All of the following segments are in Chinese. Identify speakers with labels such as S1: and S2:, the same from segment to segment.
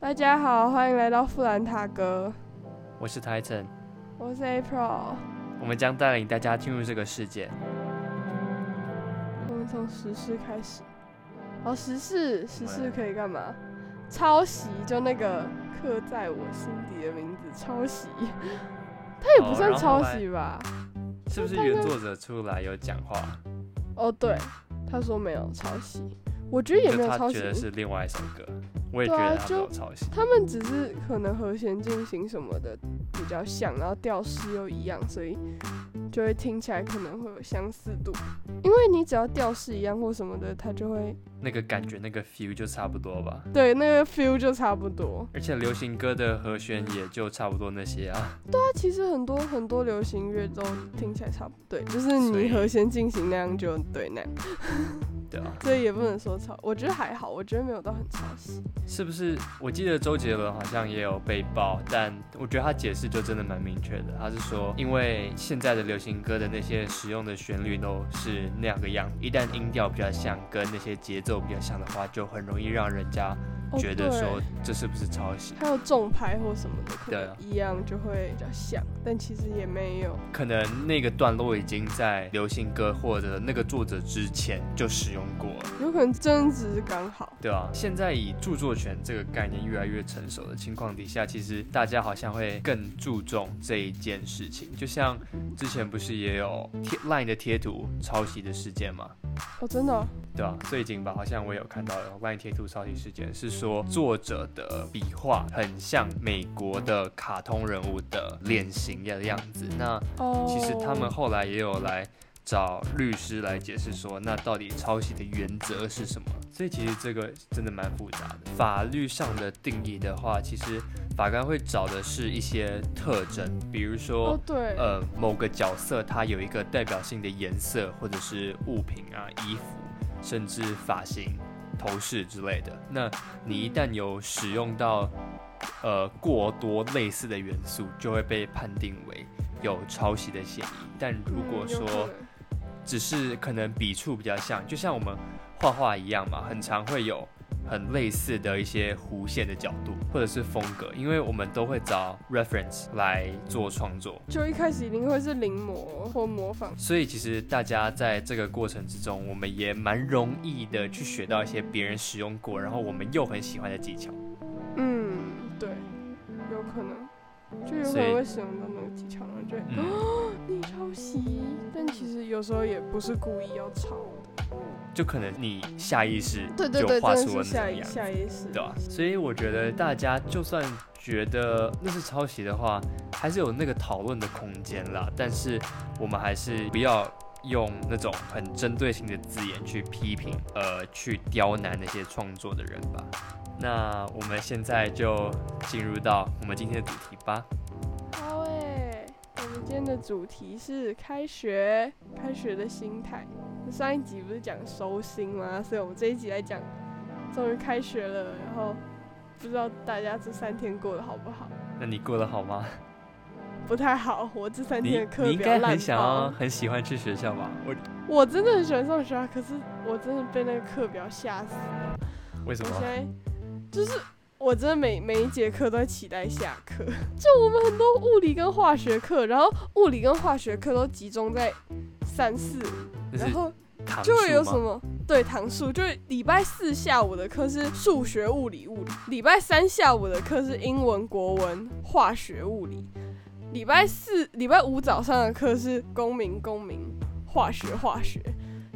S1: 大家好，欢迎来到富兰塔哥，
S2: 我是 Titan，
S1: 我是 April。
S2: 我们将带领大家进入这个世界。
S1: 我们从时事开始。哦，时事，时事可以干嘛？抄袭，就那个刻在我心底的名字，抄 袭。它也不
S2: 哦
S1: 算抄袭吧？
S2: 是不是原作者出来有讲话？
S1: 哦，对，他说没有抄袭，我觉得也没有抄袭。
S2: 他觉得是另外一首歌，我也觉得他没有抄袭、啊。
S1: 他们只是可能和弦进行什么的比较像，然后调式又一样，所以就会听起来可能会有相似度。因为你只要调式一样或什么的，它就会
S2: 那个感觉、那个 feel 就差不多吧。
S1: 对，那个 feel 就差不多。
S2: 而且流行歌的和弦也就差不多那些啊。
S1: 对啊，其实很多很多流行乐都听起来差不多。对，就是你和弦进行那样就对那样。
S2: 对啊。
S1: 所以也不能说抄，我觉得还好，我觉得没有到很抄袭。
S2: 是不是？我记得周杰伦好像也有被爆，但我觉得他解释就真的蛮明确的。他是说，因为现在的流行歌的那些使用的旋律都是。那样个样，一旦音调比较像，跟那些节奏比较像的话，就很容易让人家觉得说这是不是抄袭、哦？
S1: 哦还有重拍或什么的，可能一样就会比较像，但其实也没有。
S2: 可能那个段落已经在流行歌或者那个作者之前就使用过了，
S1: 有可能真的只是刚好。
S2: 对啊，现在以著作权这个概念越来越成熟的情况底下，其实大家好像会更注重这一件事情。就像之前不是也有贴 Line 的贴图抄袭。的事件吗？
S1: 哦，真的、哦。
S2: 对啊，最近吧，好像我有看到有关于贴图抄袭事件，是说作者的笔画很像美国的卡通人物的脸型的样子。那
S1: 哦
S2: 其实他们后来也有来找律师来解释说，那到底抄袭的原则是什么？所以其实这个真的蛮复杂的。法律上的定义的话，其实法官会找的是一些特征，比如说，
S1: 哦、对，
S2: 呃，某个角色它有一个代表性的颜色，或者是物品啊、衣服，甚至发型、头饰之类的。那你一旦有使用到呃过多类似的元素，就会被判定为有抄袭的嫌疑。但如果
S1: 嗯
S2: 说只是可能笔触比较像，就像我们。画画一样嘛，很常会有很类似的一些弧线的角度或者是风格，因为我们都会找 reference 来做创作，
S1: 就一开始一定会是临摹或模仿。
S2: 所以其实大家在这个过程之中，我们也蛮容易的去学到一些别人使用过，然后我们又很喜欢的技巧。
S1: 嗯，对，有可能，就有可能会使用到那个技巧，然后就、嗯、哦，你抄袭，但其实有时候也不是故意要抄的。
S2: 就可能你下意识
S1: 就
S2: 画出了
S1: 那
S2: 样，
S1: 下意识，
S2: 对吧、啊？所以我觉得大家就算觉得那是抄袭的话，还是有那个讨论的空间啦。但是我们还是不要用那种很针对性的字眼去批评，呃，去刁难那些创作的人吧。那我们现在就进入到我们今天的主题吧。
S1: 好诶，我们今天的主题是开学，开学的心态。上一集不是讲收心吗？所以我们这一集来讲，终于开学了，然后不知道大家这三天过得好不好？
S2: 那你过得好吗？
S1: 不太好，我这三天的课
S2: 你应该很
S1: 想
S2: 要很喜欢去学校吧？我
S1: 我真的很喜欢上学校，可是我真的被那个课表吓死了。
S2: 为什么？
S1: 我现在就是我真的每每一节课都在期待下课，就我们很多物理跟化学课，然后物理跟化学课都集中在三四。然后就会有什么？对，糖数就是礼拜四下午的课是数学、物理、物理；礼拜三下午的课是英文、国文、化学、物理；礼拜四、礼拜五早上的课是公民、公民、化学、化学，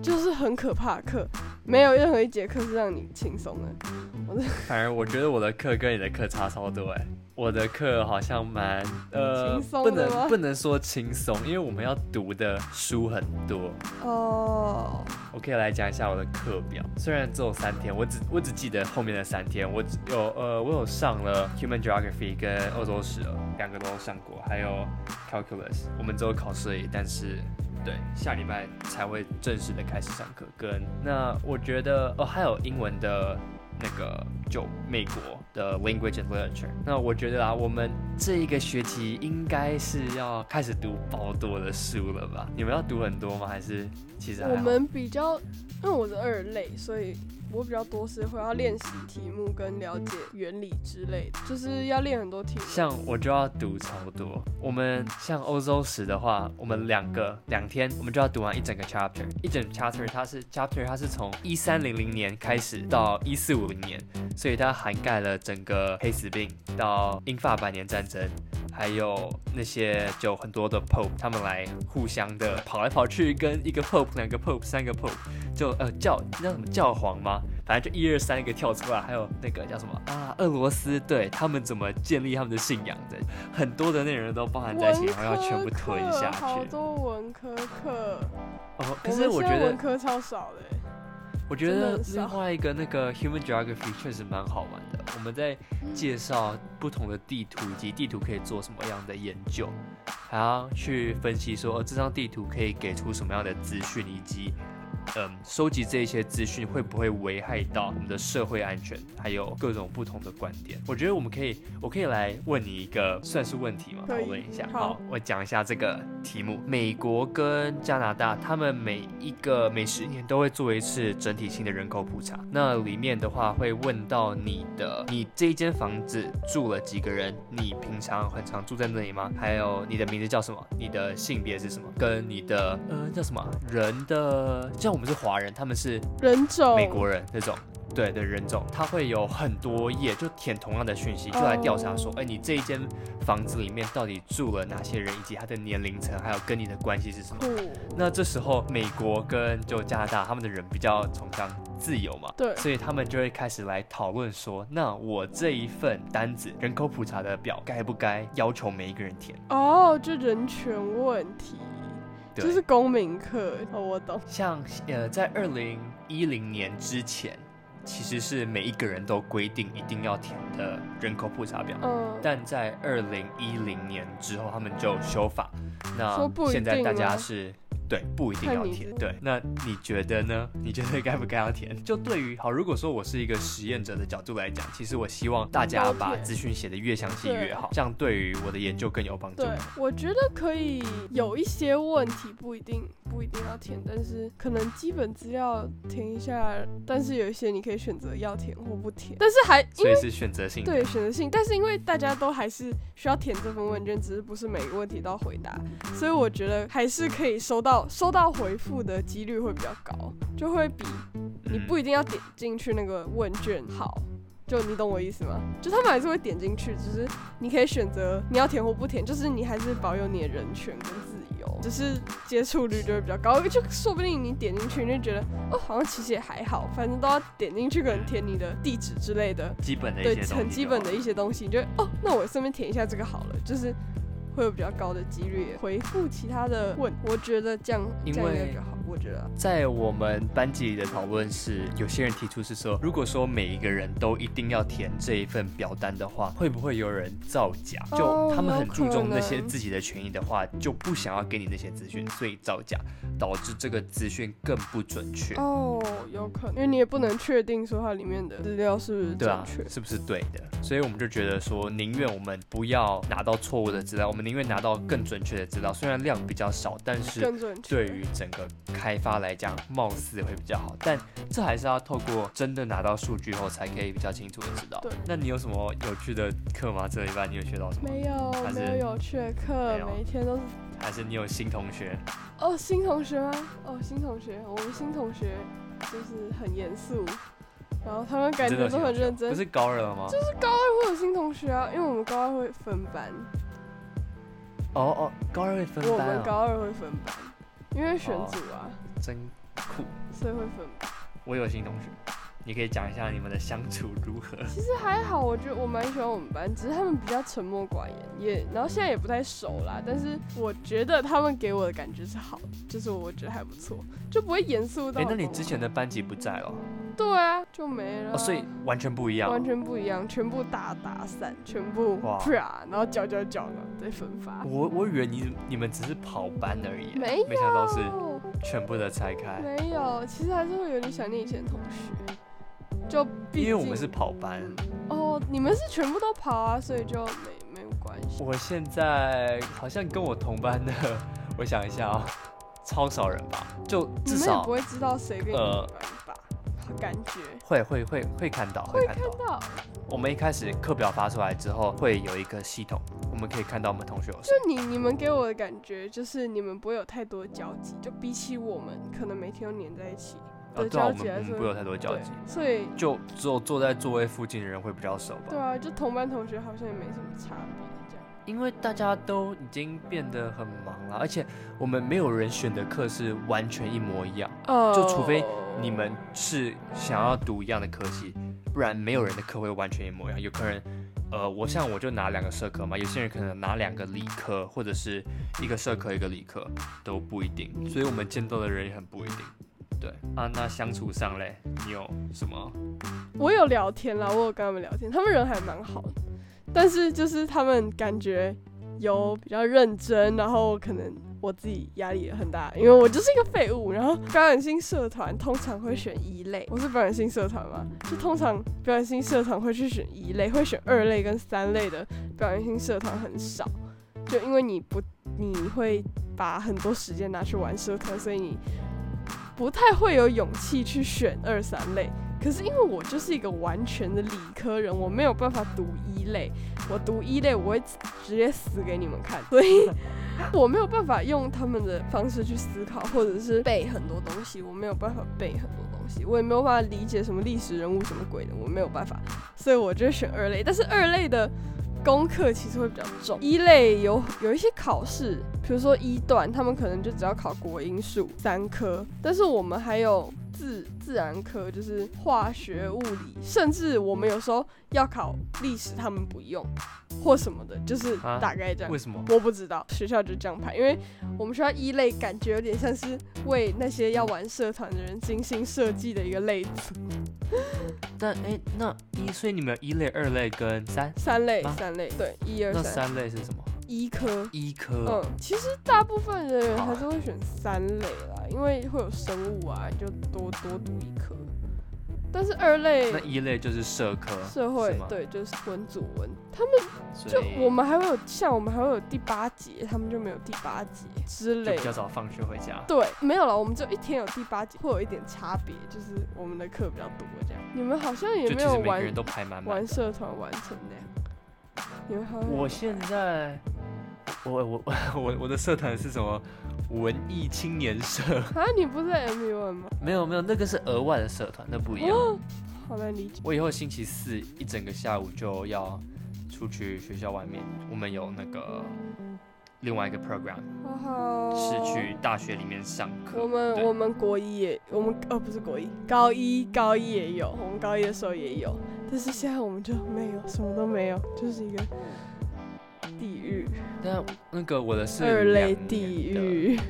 S1: 就是很可怕的课，没有任何一节课是让你轻松的。我
S2: 反而我觉得我的课跟你的课差超多哎。我的课好像蛮呃，不能不能说轻松，因为我们要读的书很多
S1: 哦。
S2: 我可以来讲一下我的课表，虽然只有三天，我只我只记得后面的三天，我有呃我有上了 Human Geography 跟欧洲史两个都上过，还有 Calculus，我们只有考试而已，但是。对，下礼拜才会正式的开始上课。跟那我觉得哦，还有英文的那个就美国的 language and literature。那我觉得啊，我们这一个学期应该是要开始读包多的书了吧？你们要读很多吗？还是其实还好
S1: 我们比较，因为我是二类，所以我比较多是会要练习题目跟了解原理之类的，就是要练很多题目。
S2: 像我就要读超多。我们像欧洲史的话，我们两个两天我们就要读完一整个 chapter，一整 chapter 它是 chapter 它是从一三零零年开始到一四五零年，所以它涵盖了整个黑死病到英法百年战争。还有那些就很多的 pope，他们来互相的跑来跑去，跟一个 pope、两个 pope、三个 pope，就呃教那什么教皇吗？反正就一二三个跳出来，还有那个叫什么啊，俄罗斯对他们怎么建立他们的信仰的，很多的内容都包含在一起，
S1: 文科
S2: 然后要全部吞下
S1: 课好
S2: 去。
S1: 多文科课，
S2: 哦，可是我
S1: 们
S2: 觉
S1: 现在
S2: 得
S1: 文，科超少的欸、啊
S2: 我觉得
S1: 真的很少
S2: 另外一个那个 human geography 确实蛮好玩的。我们在介绍不同的地图以及地图可以做什么样的研究，还要去分析说、哦、这张地图可以给出什么样的资讯，以及嗯，收集这些资讯会不会危害到我们的社会安全，还有各种不同的观点。我觉得我们可以，我可以来问你一个算是问题嘛，讨
S1: 可以
S2: 论一下。
S1: 好
S2: 好，我讲一下这个题目：美国跟加拿大，他们每一个每十年都会做一次整体性的人口普查。那里面的话会问到你的，你这一间房子住了几个人？你平常很常住在那里吗？还有你的名字叫什么？你的性别是什么？跟你的呃叫什么人的？像我们是华人，他们是
S1: 人种
S2: 美国人那种。对的人种，他会有很多页，就填同样的讯息，就来调查说，哎、你这一间房子里面到底住了哪些人，以及他的年龄层，还有跟你的关系是什么。
S1: 酷，
S2: 那这时候，美国跟就加拿大他们的人比较崇尚自由嘛，
S1: 对
S2: 所以他们就会开始来讨论说，那我这一份单子人口普查的表该不该要求每一个人填？
S1: 哦，就人权问题，
S2: 对，
S1: 就是公民课。哦，我懂。
S2: 像呃，在二零一零年之前，其实是每一个人都规定一定要填的人口普查表，
S1: 嗯，
S2: 但在二零一零年之后，他们就修法，
S1: 说
S2: 那
S1: 不一
S2: 现在
S1: 定
S2: 大家
S1: 吗
S2: 是。对，不一定
S1: 看
S2: 要
S1: 你
S2: 填。
S1: 的
S2: 对，那你觉得呢？ 你觉得该不该要填？就对于好，如果说我是一个实验者的角度来讲，其实我希望大家
S1: 都
S2: 把
S1: 填
S2: 资讯写得越详细
S1: 对
S2: 越好，这样对于我的研究更有帮助
S1: 对。，我觉得可以有一些问题不一定不一定要填，但是可能基本资料填一下，但是有一些你可以选择要填或不填，但是还因
S2: 所以
S1: 为。
S2: 是选择性的。
S1: 对选择性，但是因为大家都还是需要填这份问卷，只是不是每个问题都要回答，所以我觉得还是可以收到收到回复的几率会比较高，就会比你
S2: 嗯
S1: 不一定要点进去那个问卷好。就你懂我意思吗？就他们还是会点进去，只是你可以选择你要填或不填，就是你还是保有你的人权跟自由，只是接触率就会比较高。就说不定你点进去你就觉得哦，好像其实也还好，反正都要点进去，可能填你的地址之类的，
S2: 基本的
S1: 对
S2: 一些东西就好。
S1: 很基本的一些东西，你就会哦，那我顺便填一下这个好了，就是会有比较高的几率回复其他的问。我觉得这样
S2: 因
S1: 这样应该
S2: 为
S1: 比较好，我觉得。啊
S2: 在我们班级里的讨论是，有些人提出是说，如果说每一个人都一定要填这一份表单的话，会不会有人造假？
S1: 哦
S2: 就他们很
S1: 有
S2: 注
S1: 可
S2: 重那
S1: 能
S2: 些自己的权益的话，就不想要给你那些资讯，所以造假，导致这个资讯更不准确，
S1: 哦，有可能，因为你也不能确定说它里面的资料是不是
S2: 对啊
S1: 正哦确。，
S2: 是不是对的？所以我们就觉得说，宁愿我们不要拿到错误的资料，我们宁愿拿到更准确的资料，虽然量比较少，但是
S1: 更准确。
S2: 对于整个开发来讲，貌似会比较好，但这还是要透过真的拿到数据后，才可以比较清楚的知道。
S1: 对
S2: 那你有什么有趣的课吗？这礼拜你有学到什么？
S1: 没有
S2: 还是
S1: 没有有趣的课
S2: 没有，
S1: 每一天都是
S2: 还是你有新同学？
S1: 哦新同学吗？哦新同学，我们新同学就是很严肃，然后他们感
S2: 真的
S1: 觉都
S2: 有新同
S1: 很
S2: 学
S1: 认
S2: 吗
S1: 真
S2: 不。是高二了吗？
S1: 会有新同学啊，因为我们高二会分班，
S2: 哦哦，高二会分
S1: 我
S2: 班
S1: 们
S2: 啊，
S1: 高二会分班，因为选
S2: 哦
S1: 组啊，
S2: 真酷！
S1: 所以会分班。
S2: 我有新同学，你可以讲一下你们的相处如何？
S1: 其实还好，我觉得我蛮喜欢我们班，只是他们比较沉默寡言，也然后现在也不太熟啦。但是我觉得他们给我的感觉是好的，就是我觉得还不错，就不会严肃到。
S2: 哎、那你之前的班级不在了、
S1: 对啊，就没了啊、
S2: 哦，所以完全不一样。哦
S1: 完全不一样，全部打打散，全部
S2: 哇
S1: 啪，然后搅搅搅，然后再分发。
S2: 我我以为你你们只是跑班而已，
S1: 没有
S2: 没想到是全部的拆开。
S1: 没有，其实还是会有点想念以前的同学。就毕
S2: 因为我们
S1: 竟
S2: 是跑班，
S1: 哦，你们是全部都跑啊，所以就没没有关系。
S2: 我现在好像跟我同班的， 我想一下哦，超少人吧，就
S1: 你
S2: 至
S1: 们也
S2: 少
S1: 不会知道谁跟你
S2: 呃
S1: 玩吧？感觉
S2: 会会会会看到，哦会看到。
S1: 到
S2: 我们一开始课表发出来之后，会有一个系统，我们可以看到我们同学有谁
S1: 就。你你们给我的感觉就是你们不会有太多交集，就比起我们可能每天都黏在一起
S2: 呃，
S1: 的
S2: 对啊，
S1: 交
S2: 我
S1: 集
S2: 们
S1: 来
S2: 我们
S1: 说，
S2: 不会有太多交集，
S1: 对所以
S2: 就只有坐在座位附近的人会比较熟
S1: 对
S2: 吧。
S1: 啊，就同班同学好像也没什么差别这样。
S2: 因为大家都已经变得很忙了，而且我们没有人选的课是完全一模一样。
S1: 哦
S2: 就除非你们是想要读一样的科系，不然没有人的课会完全一模一样。有可能，呃，我像我就拿两个社科嘛，有些人可能拿两个理科，或者是一个社科一个理科都不一定，所以我们见到的人也很不一定。对啊，那相处上嘞，你有什么？
S1: 我有聊天啦，我有跟他们聊天，他们人还蛮好的，但是就是他们感觉有比较认真，然后可能我自己压力也很大，因为我就是一个废物。然后表演性社团通常会选一类，我是表演性社团嘛，就通常表演性社团会去选一类，会选二类跟三类的表演性社团很少，就因为你不你会把很多时间拿去玩社团，所以你不太会有勇气去选二三类。可是因为我就是一个完全的理科人，我没有办法读一类，我读一类我会直接死给你们看，所以我没有办法用他们的方式去思考，或者是背很多东西，我没有办法背很多东西，我也没有办法理解什么历史人物什么鬼的，我没有办法，所以我就选二类。但是二类的功课其实会比较重，一类有有一些考试，比如说一段，他们可能就只要考国英数三科，但是我们还有自自然科，就是化学、物理，甚至我们有时候要考历史，他们不用或什么的，就是
S2: 啊
S1: 大概这样。
S2: 为什么？
S1: 我不知道，学校就这样排，因为我们学校一类感觉有点像是为那些要玩社团的人精心设计的一个类组，
S2: 那哎，那一，所以你们有一类、二类跟三，
S1: 三类
S2: 啊，
S1: 三类，对，一二
S2: 那
S1: 三，
S2: 三类是什么？
S1: 一科，
S2: 医科
S1: 嗯
S2: 哦，，
S1: 其实大部分的人
S2: 啊
S1: 还是会选三类啦，因为会有生物啊，你就多多读一科。但是二类
S2: 那一类就是社科，
S1: 社会
S2: 是吗，
S1: 对，就是文组文，他们
S2: 所
S1: 就
S2: 以
S1: 我们还会有像我们还会有第八节，他们就没有第八节之
S2: 就
S1: 类
S2: 比较
S1: 的。
S2: 早放学回家。
S1: 对，没有了，我们就一天有第八节，会有一点差别，就是我们的课比较多这样。你们好像也
S2: 就
S1: 没
S2: 其
S1: 有
S2: 实每个
S1: 玩
S2: 人都排满满
S1: 玩
S2: 的。
S1: 社团玩成那样，你们好像
S2: 我现在，我我我我的社团是什么？文艺青年社？
S1: 啊，你不是在 MUN 吗？
S2: 没有没有，那个是额外的社团，那不一样。
S1: 哦，好难理解。
S2: 我以后星期四一整个下午就要出去学校外面，我们有那个另外一个 program
S1: 好好，
S2: 是去大学里面上
S1: 我
S2: 课。
S1: 们
S2: 对
S1: 我们国一也，我们呃不是国一，高一高一也有，我们高一的时候也有，但是现在我们就没有，什么都没有，就是一个地狱，
S2: 但那个我的是
S1: 二类
S2: 两年
S1: 地
S2: 的，
S1: 狱。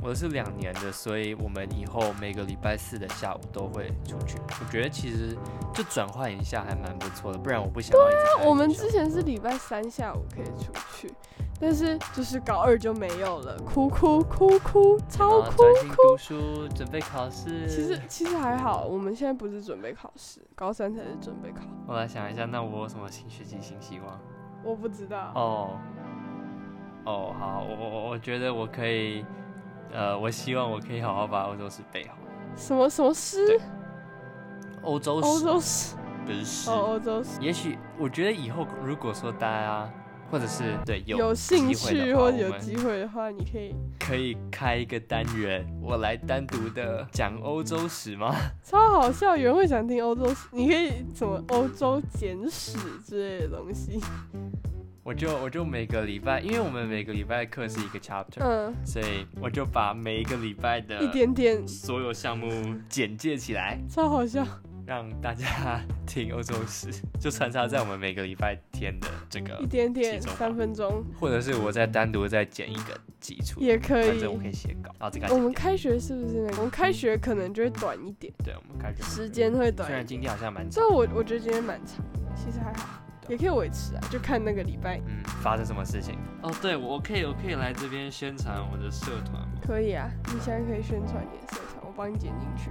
S2: 我的是两年的，所以我们以后每个礼拜四的下午都会出去。我觉得其实就转换一下还蛮不错的，不然我不想要一直待在
S1: 我们
S2: 学校
S1: 之前是礼拜三下午可以出去，但是就是高二就没有了，哭哭哭哭，超
S2: 然后
S1: 哭
S2: 专心
S1: 哭
S2: 读。书，准备考试。
S1: 其实其实还好，我们现在不是准备考试，高三才是准备考，
S2: 我来想一下，那我有什么新学期新希望？
S1: 我不知道。
S2: 哦，哦，好，我我我我觉得我可以，呃，我希望我可以好好把欧洲史背好。
S1: 什么什么诗
S2: 对？欧洲
S1: 欧
S2: 史
S1: 洲诗？
S2: 不是诗，
S1: 哦，欧洲诗。
S2: 也许我觉得以后如果说大家或者是对有
S1: 有兴趣
S2: 机会的话
S1: 或者有
S2: 我们
S1: 机会的话，你可以
S2: 可以开一个单元，我来单独的讲欧洲史吗？
S1: 超好笑，有人会想听欧洲史，你可以什么欧洲简史之类的东西。
S2: 我就我就每个礼拜，因为我们每个礼拜的课是一个 chapter，、
S1: 嗯，
S2: 所以我就把每一个礼拜的
S1: 一点点
S2: 所有项目简介起来，
S1: 超好笑。
S2: 让大家听欧洲史， 就穿插在我们每个礼拜天的这个
S1: 一，点点
S2: 其呃中吧
S1: 三分钟
S2: 或者是我再单独再剪一个基础，
S1: 也可
S2: 反
S1: 以
S2: 正。我可以写稿，然后再看
S1: 我
S2: 剪
S1: 们
S2: 掉。
S1: 开学是不是那个？我嗯们开学可能就会短一点，
S2: 对，我们开始
S1: 时间会
S2: 嗯虽
S1: 短
S2: 然
S1: 一点。
S2: 今天好像蛮长
S1: 所以，我我觉得今天蛮长，其实还好，也
S2: 对
S1: 可以维持啊，就看那个礼拜。
S2: 嗯，发生什么事情？哦，对，我可以我可以来这边宣传我的社团吗？
S1: 可以啊，你现在可以宣传你的社团，我帮你剪进去。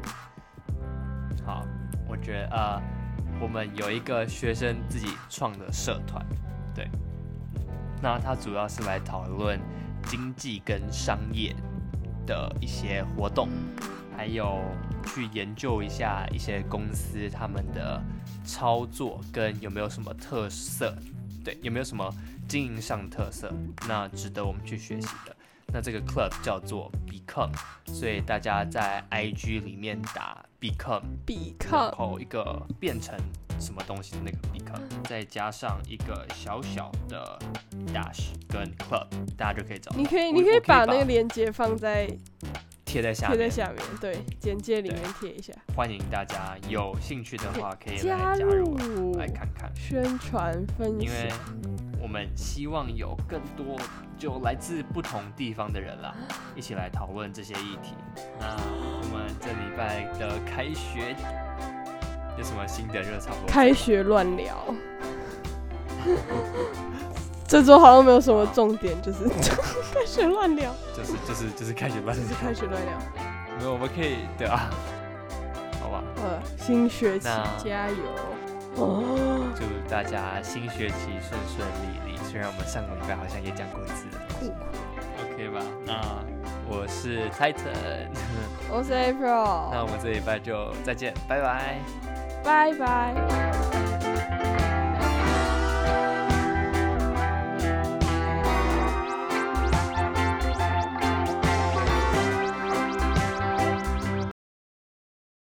S2: 好，我觉得呃，我们有一个学生自己创的社团，对，那它主要是来讨论经济跟商业的一些活动，还有去研究一下一些公司他们的操作跟有没有什么特色，对，有没有什么经营上特色，那值得我们去学习的。那这个 club 叫做 Become，所以大家在 IG 里面打 Become。
S1: 比
S2: 然
S1: 抗
S2: 后一个变成什么东西的那个
S1: 嗯
S2: become，再加上一个小小的 dash 跟 club，大家就可以找到。
S1: 你可以，
S2: 我
S1: 你可以
S2: 我
S1: 把那个链接放在
S2: 贴在下
S1: 贴在
S2: 面，
S1: 下面，对，简介里面贴一下。
S2: 欢迎大家有兴趣的话可以
S1: 加
S2: 来加入
S1: 入
S2: 我来看看，
S1: 宣传分
S2: 因为
S1: 享，
S2: 我们希望有更多就来自不同地方的人啦，
S1: 啊
S2: 一起来讨论这些议题。那我们这礼拜的开学有什么新的热潮吗？
S1: 开学乱聊。 这周好像没有什么重点，就是 开学乱聊，
S2: 就是就是就是开学吧，
S1: 就是开学乱聊。
S2: 没有，我们可以对啊， 好吧，
S1: 呃，新学期
S2: 那
S1: 加油！哦，
S2: 祝大家新学期顺顺利利。虽然我们上个礼拜好像也讲过一次了
S1: 酷
S2: ，OK 吧？那我是 Titan，
S1: 我是
S2: 那
S1: April，
S2: 我们这礼拜就再见，拜拜。
S1: 拜拜。